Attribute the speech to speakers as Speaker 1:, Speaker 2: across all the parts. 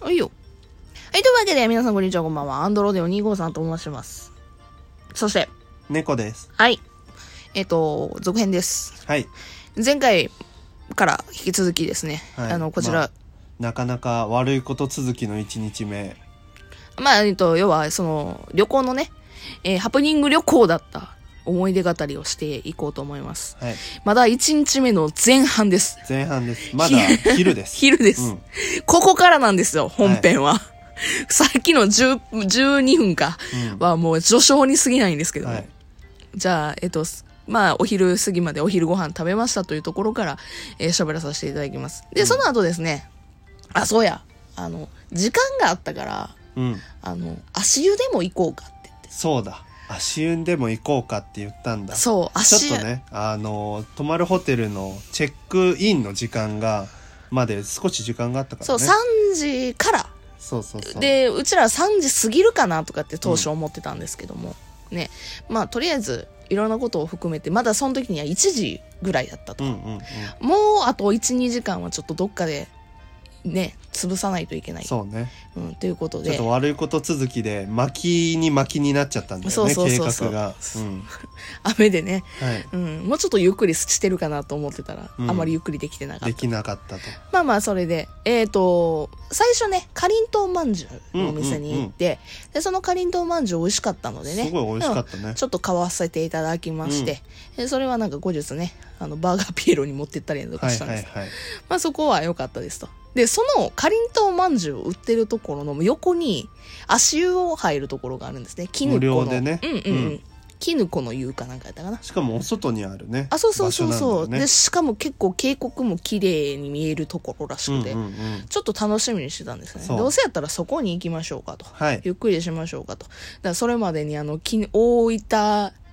Speaker 1: はいよ。はい、というわけで、皆さんこんにちは、こんばんは。アンドロデオ253と申します。そして、
Speaker 2: 猫です。
Speaker 1: はい。えっ、と、続編です。
Speaker 2: はい。
Speaker 1: 前回から引き続きですね。
Speaker 2: はい
Speaker 1: あの、こちら、
Speaker 2: なかなか悪いこと続きの1日目。
Speaker 1: まあ、えっと、要は、その、旅行のね、えーハプニング旅行だった思い出語りをしていこうと思います。
Speaker 2: はい。
Speaker 1: まだ1日目の前半です。
Speaker 2: 前 半です。まだ昼です。
Speaker 1: 昼です。
Speaker 2: うん
Speaker 1: ここからなんですよ、本編は。さっきの10 12分か
Speaker 2: うん
Speaker 1: はもう序章に過ぎないんですけども、
Speaker 2: はい。
Speaker 1: じゃあ、えっと、すまあ、お昼過ぎまでお昼ご飯食べましたというところから、えー喋らさせていただきます。で、その後ですね、あ、そうや、あの、時間があったから、
Speaker 2: うん。
Speaker 1: あの、足湯でも行こうかって言って。
Speaker 2: そうだ。足湯でも行こうかって言ったんだ。ちょ
Speaker 1: そう、足
Speaker 2: っ
Speaker 1: 湯。
Speaker 2: とね、あの、泊まるホテルのチェックインの時間が、まで少し時間があったか
Speaker 1: そ
Speaker 2: ら
Speaker 1: う、
Speaker 2: ね。
Speaker 1: 3時から。
Speaker 2: そうそうそう。
Speaker 1: で、うちら3時過ぎるかなとかって当初思ってたんですけども、ね。まあ、とりあえず、いろんなことを含めて、まだその時には1時ぐらいだった
Speaker 2: う
Speaker 1: と。
Speaker 2: んうんうん。
Speaker 1: もう、あと1、2時間はちょっとどっかで、ね、潰さないといけない。
Speaker 2: そうね。
Speaker 1: うん、ということ
Speaker 2: ちょっ
Speaker 1: で
Speaker 2: と、悪いこと続きで、巻きに巻きになっちゃったんだ
Speaker 1: そ
Speaker 2: よ
Speaker 1: う
Speaker 2: ね、
Speaker 1: そう
Speaker 2: 計
Speaker 1: そう
Speaker 2: 画
Speaker 1: そう
Speaker 2: が。うん。
Speaker 1: 雨でね、
Speaker 2: はい。
Speaker 1: うん、もうちょっとゆっくりしてるかなと思ってたら、
Speaker 2: うん
Speaker 1: あまりゆっくりできてなかっ
Speaker 2: で
Speaker 1: た。
Speaker 2: きなかったと。
Speaker 1: まあまあ、それで、えっ、と、最初ね、かりんとうまんじゅうのお店に行って、で、そのかりんとうまんじゅう美味しかったのでね。
Speaker 2: すごい美味しかったね
Speaker 1: うんちょっと買わせていただきまして、でそれはなんか後日ね、あの、バーガーピエロに持ってったりとか
Speaker 2: はい
Speaker 1: したん
Speaker 2: は
Speaker 1: です。
Speaker 2: いはい。
Speaker 1: まあそこは良かったですと。で、そのかりんとうまんじゅうを売ってるところの横に、足湯を入るところがあるんですね。絹子の。
Speaker 2: 無料でね
Speaker 1: うんうんう
Speaker 2: うん
Speaker 1: ん。絹子の湯かなんかやったかな。
Speaker 2: しかもお外にあるね。
Speaker 1: あ、そうそうそうそ
Speaker 2: 場所
Speaker 1: う、
Speaker 2: なんだ
Speaker 1: で、
Speaker 2: よね
Speaker 1: しかも結構渓谷も綺麗に見えるところらしくて、
Speaker 2: うんうんうん、
Speaker 1: ちょっと楽しみにしてたんですね。
Speaker 2: そう
Speaker 1: どうせやったらそこに行きましょうかと。
Speaker 2: はい。
Speaker 1: ゆっくりしましょうかと。だからそれまでにあの、絹、大分、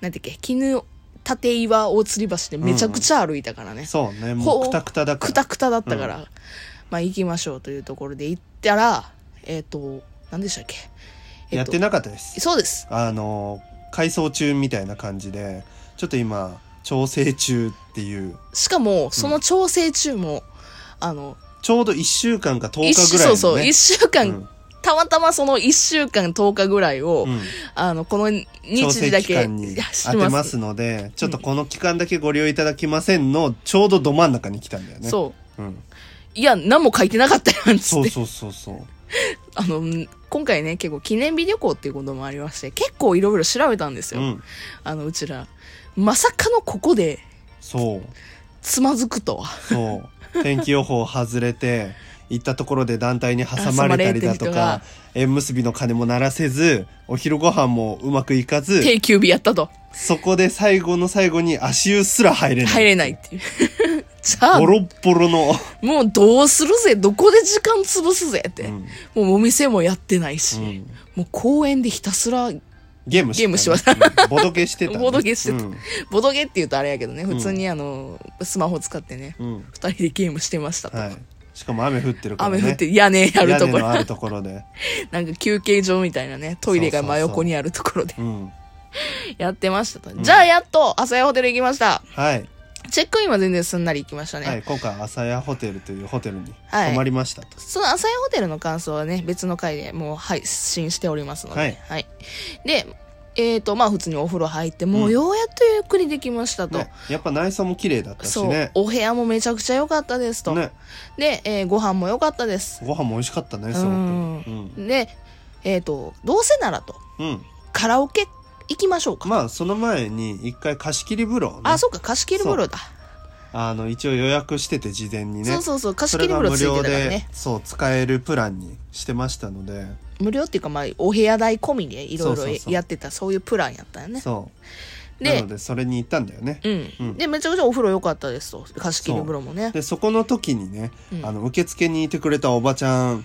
Speaker 1: なんてっけ、絹立岩大吊り橋でめちゃくちゃ歩いたからね。
Speaker 2: そうね。も
Speaker 1: ほう
Speaker 2: うくたくただから。
Speaker 1: くたくただったから、
Speaker 2: う
Speaker 1: まあ行きましょうというところで行ったら、えっ、と、何でしたっけ。え
Speaker 2: やって
Speaker 1: な
Speaker 2: なかったです。
Speaker 1: そうです。
Speaker 2: あの、改装中みたいな感じで、ちょっと今、調整中っていう、
Speaker 1: しかも、その調整中も、あの、
Speaker 2: ちょうど1週間か10
Speaker 1: 一
Speaker 2: 日
Speaker 1: 週、
Speaker 2: ぐらいの、
Speaker 1: そう
Speaker 2: ね。
Speaker 1: そう、一週間、
Speaker 2: うん
Speaker 1: たまたまその1週間10日ぐらいを、
Speaker 2: うん
Speaker 1: あの、この日
Speaker 2: 調
Speaker 1: 時
Speaker 2: 整
Speaker 1: だ
Speaker 2: 期
Speaker 1: け
Speaker 2: 間に
Speaker 1: し
Speaker 2: 当てますので、ちょっとこの期間だけご利用いただきませんの、ちょうどど真ん中に来たんだよね。。
Speaker 1: そう
Speaker 2: うん。
Speaker 1: う。いや、何も書いてなかったやん、つ
Speaker 2: そ
Speaker 1: っ
Speaker 2: う
Speaker 1: て。
Speaker 2: そうそうそう。
Speaker 1: あの、今回ね、結構記念日旅行っていうこともありまして、結構いろいろ調べたん です
Speaker 2: う
Speaker 1: よ。
Speaker 2: ん。
Speaker 1: あの、うちら。まさかのここで、
Speaker 2: そう。
Speaker 1: つまずくとは。
Speaker 2: そう。天気予報外れて、行ったところで団体に挟まれたりだ
Speaker 1: 挟
Speaker 2: と
Speaker 1: まれ
Speaker 2: か、縁結びの鐘も鳴らせず、お昼ご飯もうまくいかず、
Speaker 1: 定休日やったと。
Speaker 2: そこで最後の最後に足湯すら入れない。
Speaker 1: 入れないっていう。 じゃあ、
Speaker 2: ボロッボロの、
Speaker 1: もうどうするぜ、どこで時間潰すぜって。
Speaker 2: うん
Speaker 1: もうお店もやってないし、
Speaker 2: うん
Speaker 1: もう公園でひたすら
Speaker 2: ゲームして
Speaker 1: ゲー
Speaker 2: た、ね。
Speaker 1: ムしまし
Speaker 2: うんボドゲしてた、ね。
Speaker 1: ボドゲしてた
Speaker 2: うん
Speaker 1: ボドゲって言うとあれやけどね、普通にあの、スマホ使ってね、
Speaker 2: うん
Speaker 1: 二人でゲームしてましたと。
Speaker 2: はい。しかも雨降ってるから、ね。
Speaker 1: 雨降って屋根やるとこ
Speaker 2: 屋根の
Speaker 1: ろ、
Speaker 2: あるところで。
Speaker 1: なんか休憩所みたいなね、トイレが真横にあるところで
Speaker 2: うん。
Speaker 1: やってましたと。じゃあやっと朝屋ホテル行きました。
Speaker 2: はい。
Speaker 1: チェックインは全然すんなり行きましたね。
Speaker 2: はい。今回、朝屋ホテルというホテルに
Speaker 1: はい
Speaker 2: 泊まりましたと。
Speaker 1: その朝屋ホテルの感想はね、別の回でもう配信しておりますので。は
Speaker 2: はいい。
Speaker 1: で、えっ、と、まあ普通にお風呂入って、も
Speaker 2: う
Speaker 1: うんようやっとゆっくりできましたと。
Speaker 2: ね、やっぱ内装も綺麗だったし
Speaker 1: そう、
Speaker 2: ね。
Speaker 1: お部屋もめちゃくちゃ良かったですと。
Speaker 2: ね。
Speaker 1: で、えーご飯も良かったです。
Speaker 2: ご飯も美味しかったね、すご
Speaker 1: う
Speaker 2: く。うんん。
Speaker 1: で、えっ、と、どうせならと、
Speaker 2: うん。
Speaker 1: カラオケ行きましょうか。
Speaker 2: まあ、その前に、一回貸し切り風呂をね、
Speaker 1: あ、そうか、貸し切り風呂だ。
Speaker 2: あの、一応予約してて、事前にね。
Speaker 1: そうそうそう、貸し
Speaker 2: そ
Speaker 1: 切
Speaker 2: れ
Speaker 1: り
Speaker 2: が
Speaker 1: 風呂つ
Speaker 2: 無
Speaker 1: いてた
Speaker 2: 料
Speaker 1: から
Speaker 2: で、
Speaker 1: ね。
Speaker 2: そう、使えるプランにしてましたので、
Speaker 1: 無料っていうか、まあ、お部屋代込みでいろい
Speaker 2: そうそうそ
Speaker 1: ろ
Speaker 2: う
Speaker 1: やってた、そういうプランやったよね。
Speaker 2: そう。
Speaker 1: で
Speaker 2: なので、それに行ったんだよね。
Speaker 1: うん。
Speaker 2: うん
Speaker 1: で、めちゃくちゃお風呂良かったですと。貸し切り風呂もね。
Speaker 2: で、そこの時にね、
Speaker 1: うん
Speaker 2: あの、受付にいてくれたおばちゃん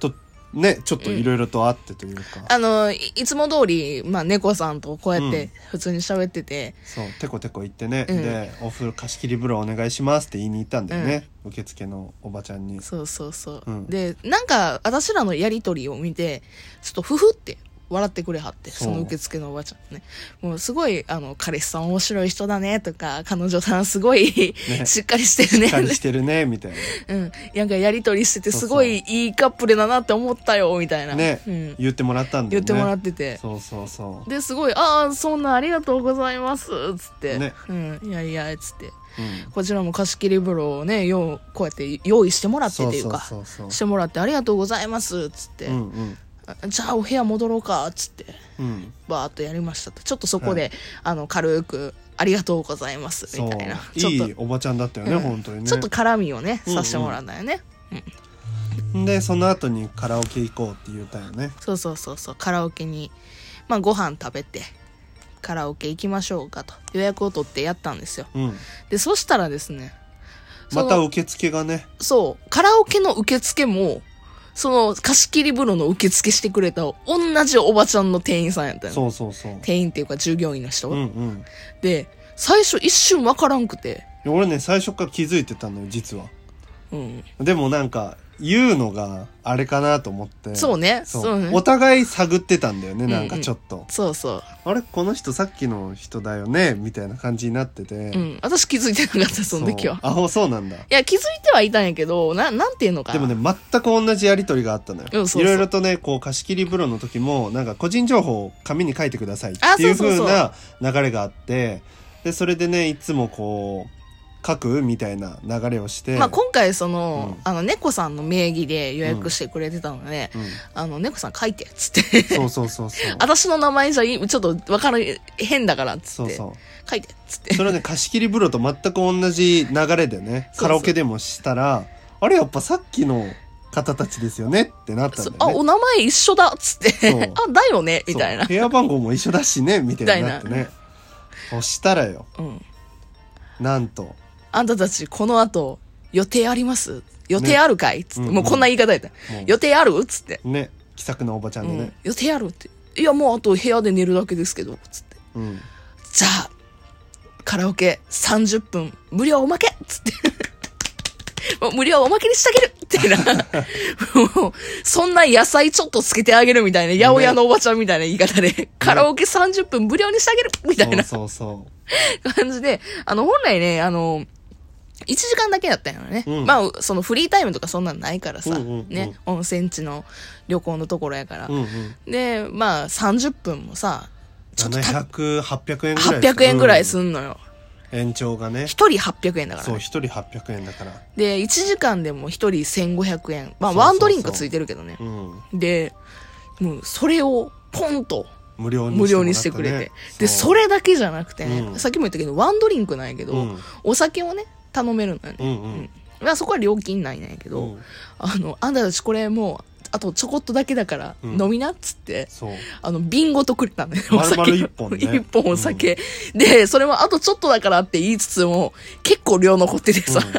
Speaker 2: と、ね、ちょっといろいろと会ってというか、
Speaker 1: あの、いいつも通り、まあ、猫さんとこうやっ
Speaker 2: う
Speaker 1: て
Speaker 2: ん
Speaker 1: 普通に喋ってて、
Speaker 2: そう、テコテコ行ってね、
Speaker 1: うん
Speaker 2: で、お風呂貸し切り風呂お願いしますって言いに行ったんだよね。受付のおばちゃんに。
Speaker 1: そうそうそう。
Speaker 2: うん
Speaker 1: で、なんか、私らのやりとりを見て、ちょっとふふって笑ってくれはって
Speaker 2: そ
Speaker 1: そうの受付のおばあちゃんねもうすごいあの彼氏さん面白い人だねとか彼女さんすごい、
Speaker 2: ね
Speaker 1: しっかりしてるね
Speaker 2: しっかりしてるねみたい
Speaker 1: うん、なんかやり取りしてて
Speaker 2: そうそう
Speaker 1: すごいいいカップルだなって思ったよみたいな、
Speaker 2: なね、
Speaker 1: うん、
Speaker 2: 言ってもらったんだ
Speaker 1: 言
Speaker 2: よね
Speaker 1: ってもらってて、
Speaker 2: そうそうそう、
Speaker 1: ですごい「ああそんなんありがとうございます」っつって「
Speaker 2: ね
Speaker 1: うん、いやいや」っつって
Speaker 2: うん、
Speaker 1: こちらも貸し切り風呂をねようこうやって用意してもらってっていうか
Speaker 2: そうそうそうそう
Speaker 1: してもらって「ありがとうございます」っつって、
Speaker 2: うんうん
Speaker 1: あじゃあお部屋戻ろうか」っつって
Speaker 2: うん
Speaker 1: バーっとやりましたとちょっとそこで、
Speaker 2: は
Speaker 1: あの軽く「ありがとうございます」
Speaker 2: そ
Speaker 1: み
Speaker 2: う
Speaker 1: たいないちょっ
Speaker 2: い
Speaker 1: と
Speaker 2: おばちゃんだったよね、
Speaker 1: うん
Speaker 2: 本当にね
Speaker 1: ちょっと絡みをね
Speaker 2: うんうん
Speaker 1: させてもらうんだよね、
Speaker 2: でその後にカラオケ行こうって言ったよね
Speaker 1: そうそうそうそうカラオケにまあご飯食べてカラオケ行きましょうかと予約を取ってやったんですよ
Speaker 2: うん
Speaker 1: でそしたらですねそ
Speaker 2: ま
Speaker 1: の
Speaker 2: た受付がね
Speaker 1: そうカラオケの受付もその貸し切り風呂の受付してくれた同じおばちゃんの店員さんやったの
Speaker 2: そうそうそう
Speaker 1: 店員っていうか従業員の人、
Speaker 2: うんうん
Speaker 1: で最初一瞬わからんくて
Speaker 2: 俺ね最初から気づいてたのよ実は
Speaker 1: うん
Speaker 2: でもなんか言うのがあれかなと思って
Speaker 1: そうね
Speaker 2: そう
Speaker 1: そうね
Speaker 2: お互い探ってたんだよね
Speaker 1: んうん
Speaker 2: なんかちょっと、
Speaker 1: そうそう、
Speaker 2: あれこの人さっきの人だよねみたいな感じになってて、
Speaker 1: うん私気づいてなかったその時は
Speaker 2: そうあそうなんだ
Speaker 1: いや気づいてはいたんやけどななんていうのかな
Speaker 2: でもね全く同じやり取りがあったのよ
Speaker 1: うんそうそう
Speaker 2: いろいろとねこう貸し切り風呂の時もなんか個人情報を紙に書いてくださいっ
Speaker 1: あ
Speaker 2: ていう
Speaker 1: そうそう
Speaker 2: 風
Speaker 1: そう
Speaker 2: な流れがあってでそれでねいつもこう書くみたいな流れをして、
Speaker 1: まあ、今回その、
Speaker 2: うん
Speaker 1: あの猫さんの名義で予約してくれてたので、
Speaker 2: うん、
Speaker 1: あの猫さん書いてっつって
Speaker 2: そうそうそうそう
Speaker 1: 私の名前じゃいいちょっとわかる変だからっつ
Speaker 2: そ
Speaker 1: っ
Speaker 2: う
Speaker 1: て
Speaker 2: そう
Speaker 1: 書いてっつって
Speaker 2: それはね貸し切り風呂と全く同じ流れでね
Speaker 1: そうそう
Speaker 2: カラオケでもしたらあれやっぱさっきの方たちですよねってなったんだ
Speaker 1: そ
Speaker 2: よね
Speaker 1: あお名前一緒だっつっ
Speaker 2: そう
Speaker 1: て あだよねみたい
Speaker 2: そう
Speaker 1: な
Speaker 2: 部屋番号も一緒だし ねみたいになって
Speaker 1: みたい
Speaker 2: ねそしたらよ
Speaker 1: うん、
Speaker 2: なんと
Speaker 1: あんたたちこの後予定あります予定あるかいっつって、
Speaker 2: うんうん
Speaker 1: もうこんな言い方やった、
Speaker 2: もう
Speaker 1: 予定あるっつって、
Speaker 2: ね気さくなおばちゃん
Speaker 1: う
Speaker 2: で
Speaker 1: ん
Speaker 2: ね、
Speaker 1: 予定あるっていやもうあと部屋で寝るだけですけどっつって
Speaker 2: うん、
Speaker 1: じゃあ、カラオケ30分、無料おまけっつって。 もう無料おまけにしてあげる みたいな。もう、そんな野菜ちょっとつけてあげるみたいな、八百屋のおばちゃんみたいな言い方で、カラオケ30分無料にしてあげるみたいな
Speaker 2: そうそうそう
Speaker 1: 感じで、あの、本来ね、あの、1時間だけだったよね、
Speaker 2: うん
Speaker 1: まあ、そのフリータイムとかそんなんないからさ、
Speaker 2: うんうんうん
Speaker 1: ね、温泉地の旅行のところやから。
Speaker 2: うんうん
Speaker 1: で、まあ、30分もさ、ちょっとた
Speaker 2: 700800円ぐらい
Speaker 1: 800円ぐらいす
Speaker 2: うん
Speaker 1: のよ。
Speaker 2: 延長がね
Speaker 1: 一人800円だから
Speaker 2: そう
Speaker 1: ね、
Speaker 2: 一人800円だから
Speaker 1: で1時間でも一人1500円まあ
Speaker 2: そうそうそう
Speaker 1: ワンドリンクついてるけどね
Speaker 2: うん
Speaker 1: でもうそれをポンと
Speaker 2: 無料に
Speaker 1: 無料にしてくれて、でそ
Speaker 2: れ
Speaker 1: れだけじゃなくてね、
Speaker 2: うん
Speaker 1: さっきも言ったけどワンドリンクなんやけど、
Speaker 2: うん
Speaker 1: お酒をね頼めるのよ
Speaker 2: う
Speaker 1: ね、
Speaker 2: んうん
Speaker 1: まあそこは料金なんやけど、
Speaker 2: うん
Speaker 1: あのあんたたちこれもうあとちょこっとだけだから
Speaker 2: うん
Speaker 1: 飲みなっつって、
Speaker 2: そう
Speaker 1: あの瓶ごとくれたのよお
Speaker 2: 丸々
Speaker 1: 酒
Speaker 2: 一本ね
Speaker 1: 一本お酒、でそれもあとちょっとだからって言いつつも結構量残っててさ、
Speaker 2: うん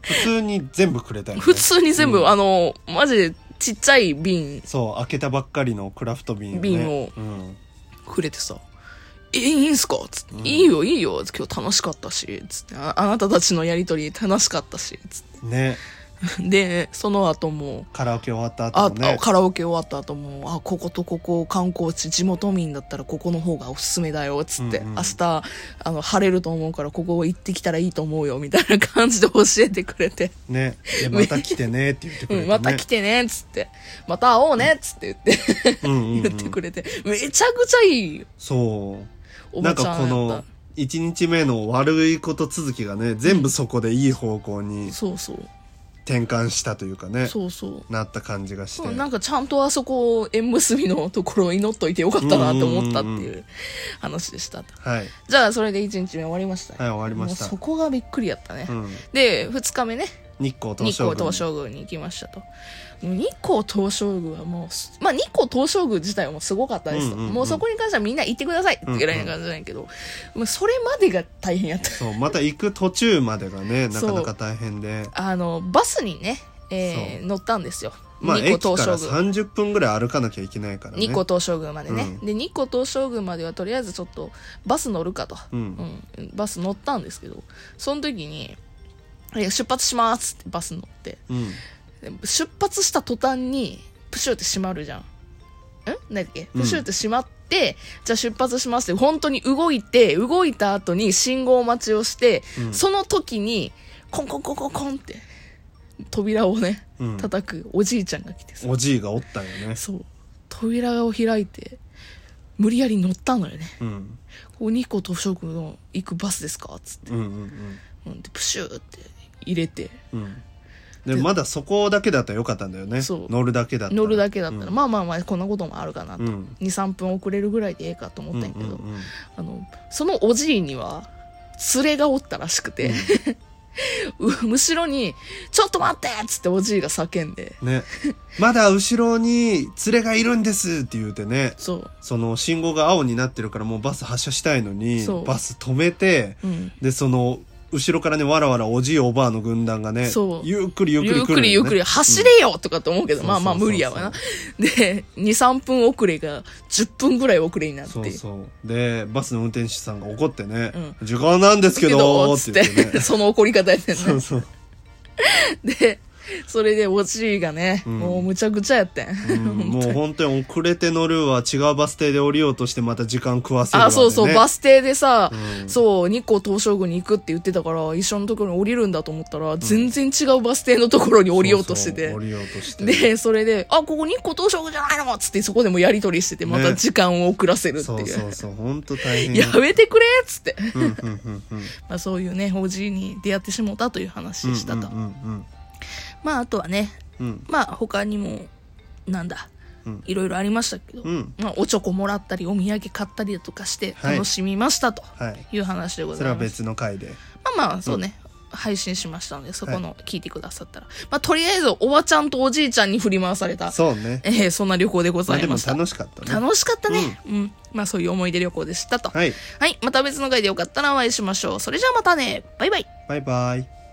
Speaker 2: 普通に全部くれたよ、ね、
Speaker 1: 普通に全部、
Speaker 2: うん
Speaker 1: あのマジでちっちゃい瓶
Speaker 2: そう開けたばっかりのクラフト瓶、ね、
Speaker 1: 瓶を
Speaker 2: うん、
Speaker 1: くれてさ「いいいいんすか?」つって、
Speaker 2: うん
Speaker 1: いいよいいよ」今日楽しかったし」つってあ「あなたたちのやりとり楽しかったし」つっ
Speaker 2: ね
Speaker 1: てでその後も
Speaker 2: カラオケ終わった
Speaker 1: あ、
Speaker 2: 後もね
Speaker 1: あカラオケ終わった後も「あこことここ観光地地元民だったらここの方がおすすめだよ」つって、
Speaker 2: うんうん
Speaker 1: 明日あの晴れると思うからここ行ってきたらいいと思うよ」みたいな感じで教えてくれて
Speaker 2: ね でまた来てねって言っ
Speaker 1: 「
Speaker 2: てく
Speaker 1: う
Speaker 2: れて、
Speaker 1: ん、
Speaker 2: ね、
Speaker 1: また来てね」つって「また会おうね」つって言って
Speaker 2: うんうんうん
Speaker 1: 言ってくれて、めちゃくちゃいい
Speaker 2: そう
Speaker 1: お
Speaker 2: な
Speaker 1: ば
Speaker 2: ん
Speaker 1: ちゃ
Speaker 2: か
Speaker 1: んや
Speaker 2: こ
Speaker 1: った
Speaker 2: の1日目の悪いこと続きがね全部そこでいい方向に
Speaker 1: そうそう
Speaker 2: 転換したというかね
Speaker 1: そうそう
Speaker 2: なった感じがして、
Speaker 1: うんなんかちゃんとあそこ縁結びのところを祈っといてよかったなと思ったって
Speaker 2: うんうん
Speaker 1: い
Speaker 2: うんう
Speaker 1: う話でした
Speaker 2: はい、
Speaker 1: じゃあそれで1日目終わりました
Speaker 2: はい、終わりまし
Speaker 1: もう
Speaker 2: た
Speaker 1: そ、こがびっくりやったね、
Speaker 2: うん、
Speaker 1: で2日目ね
Speaker 2: 日光
Speaker 1: 日
Speaker 2: 東照
Speaker 1: 光
Speaker 2: 宮
Speaker 1: 東照宮に行きましたと日光東照宮はもうす、まあ、日光東照宮自体はもうすごかったですと、
Speaker 2: うんうんうん
Speaker 1: もうそこに関してはみんな行ってくださいってぐらいな感じなんやけど、まあ、それまでが大変やった
Speaker 2: そうまた行く途中までがねな
Speaker 1: そ
Speaker 2: か
Speaker 1: う
Speaker 2: なか大変で
Speaker 1: あのバスにね、えー乗ったんですよ、
Speaker 2: まあ
Speaker 1: 日光
Speaker 2: 駅か
Speaker 1: 東
Speaker 2: ら
Speaker 1: 照宮
Speaker 2: 30分ぐらい歩かなきゃいけないからね
Speaker 1: 日光東照宮までね、
Speaker 2: うん
Speaker 1: で日光東照宮まではとりあえずちょっとバス乗るかと、
Speaker 2: う
Speaker 1: うんんバス乗ったんですけどその時に「え出発します」ってバス乗って
Speaker 2: うん
Speaker 1: で出発した途端にプシュって閉まるじゃんんなんだっけプシューって閉まって、じゃあ出発しますって本当に動いて動いた後に信号待ちをして、
Speaker 2: うん
Speaker 1: その時にコンコンコンコンコンって扉をね、
Speaker 2: うん
Speaker 1: 叩くおじいちゃんが来てさ
Speaker 2: おじいがおったんよね。
Speaker 1: そう扉を開いて無理やり乗ったのよね
Speaker 2: うん。
Speaker 1: 「ここ日光東照宮の行くバスですか?」っつって、
Speaker 2: うんうん
Speaker 1: うん、でプシューって入れて
Speaker 2: うん。うん。で、まだそこだけだったらよかったんだよね
Speaker 1: そう。
Speaker 2: 乗るだけだったら。
Speaker 1: 乗るだけだったら、
Speaker 2: うん
Speaker 1: まあまあまあこんなこともあるかなと、
Speaker 2: うん
Speaker 1: 23分遅れるぐらいでええかと思ったんやけど、
Speaker 2: うんうんうん
Speaker 1: あのそのおじいには連れがおったらしくて、 う後ろに「ちょっと待って!」っつっておじいが叫んで
Speaker 2: ね。 まだ後ろに連れがいるんですって言うてね。
Speaker 1: そう
Speaker 2: その信号が青になってるからもうバス発車したいのに
Speaker 1: そう、
Speaker 2: バス止めて、
Speaker 1: うん
Speaker 2: で、その、後ろからね、わらわらおじいおばあの軍団がね
Speaker 1: そう、
Speaker 2: ゆっくりゆっく
Speaker 1: ゆ
Speaker 2: り
Speaker 1: っ
Speaker 2: 来る
Speaker 1: く
Speaker 2: んよね
Speaker 1: りゆっくり、走れよとかと思うけど、
Speaker 2: そう
Speaker 1: まあまあ
Speaker 2: そうそう
Speaker 1: 無理やわな。で、2、3分遅れが10分ぐらい遅れになって。
Speaker 2: そうそうでバスの運転手さんが怒ってね
Speaker 1: うん
Speaker 2: 「時間なんですけど」って
Speaker 1: つっ
Speaker 2: 言って
Speaker 1: て、
Speaker 2: ね
Speaker 1: その怒り方やってん
Speaker 2: そう
Speaker 1: ね。
Speaker 2: そう
Speaker 1: で、それでおじいがね、
Speaker 2: ん
Speaker 1: もうむちゃくちゃやってん。
Speaker 2: うんもう本当に遅れて乗るわ違うバス停で降りようとしてまた時間食わせる わ
Speaker 1: あ、そうそう、バ
Speaker 2: ス
Speaker 1: ス停でさ、
Speaker 2: うん
Speaker 1: そう、日光東照宮に行くって言ってたから、一緒のところに降りるんだと思ったら、全然違うバス停のところに降りようとしてて。
Speaker 2: 降りようとして
Speaker 1: で、それで、あ、ここ日光東照宮じゃないのっつって、そこでもやりとりしてて、また時間を遅らせるってい。
Speaker 2: そううそうそう本当大変
Speaker 1: やめてくれっつって。
Speaker 2: うんうんうんうん
Speaker 1: まあ、そういうね、おじいに出会ってしもたという話でしたと。
Speaker 2: うんうん
Speaker 1: まあ、あとはね、
Speaker 2: うん
Speaker 1: まあ、他にも、なんだ
Speaker 2: うん、
Speaker 1: いろいろありましたけど、
Speaker 2: うん
Speaker 1: まあ、おチョコもらったり、お土産買ったりだとかして、
Speaker 2: はい
Speaker 1: 楽しみましたと
Speaker 2: はい
Speaker 1: いう話でご
Speaker 2: そ
Speaker 1: ざい
Speaker 2: れは
Speaker 1: ます。
Speaker 2: 別の回で
Speaker 1: まあまあ、そうね。配信しましたので、そこの聞いてくださったら。まあ、とりあえず、おばちゃんとおじいちゃんに振り回された、
Speaker 2: そうね
Speaker 1: ええそんな旅行でご
Speaker 2: ま
Speaker 1: ざ
Speaker 2: あで
Speaker 1: い
Speaker 2: も
Speaker 1: ました。
Speaker 2: 楽しかったね
Speaker 1: 楽しかったね。うん、まあ、そういう思い出旅行でしたと。
Speaker 2: はい
Speaker 1: はい。また別の回でよかったらお会いしましょう。それじゃあまたね。バイバイ。
Speaker 2: バイバイ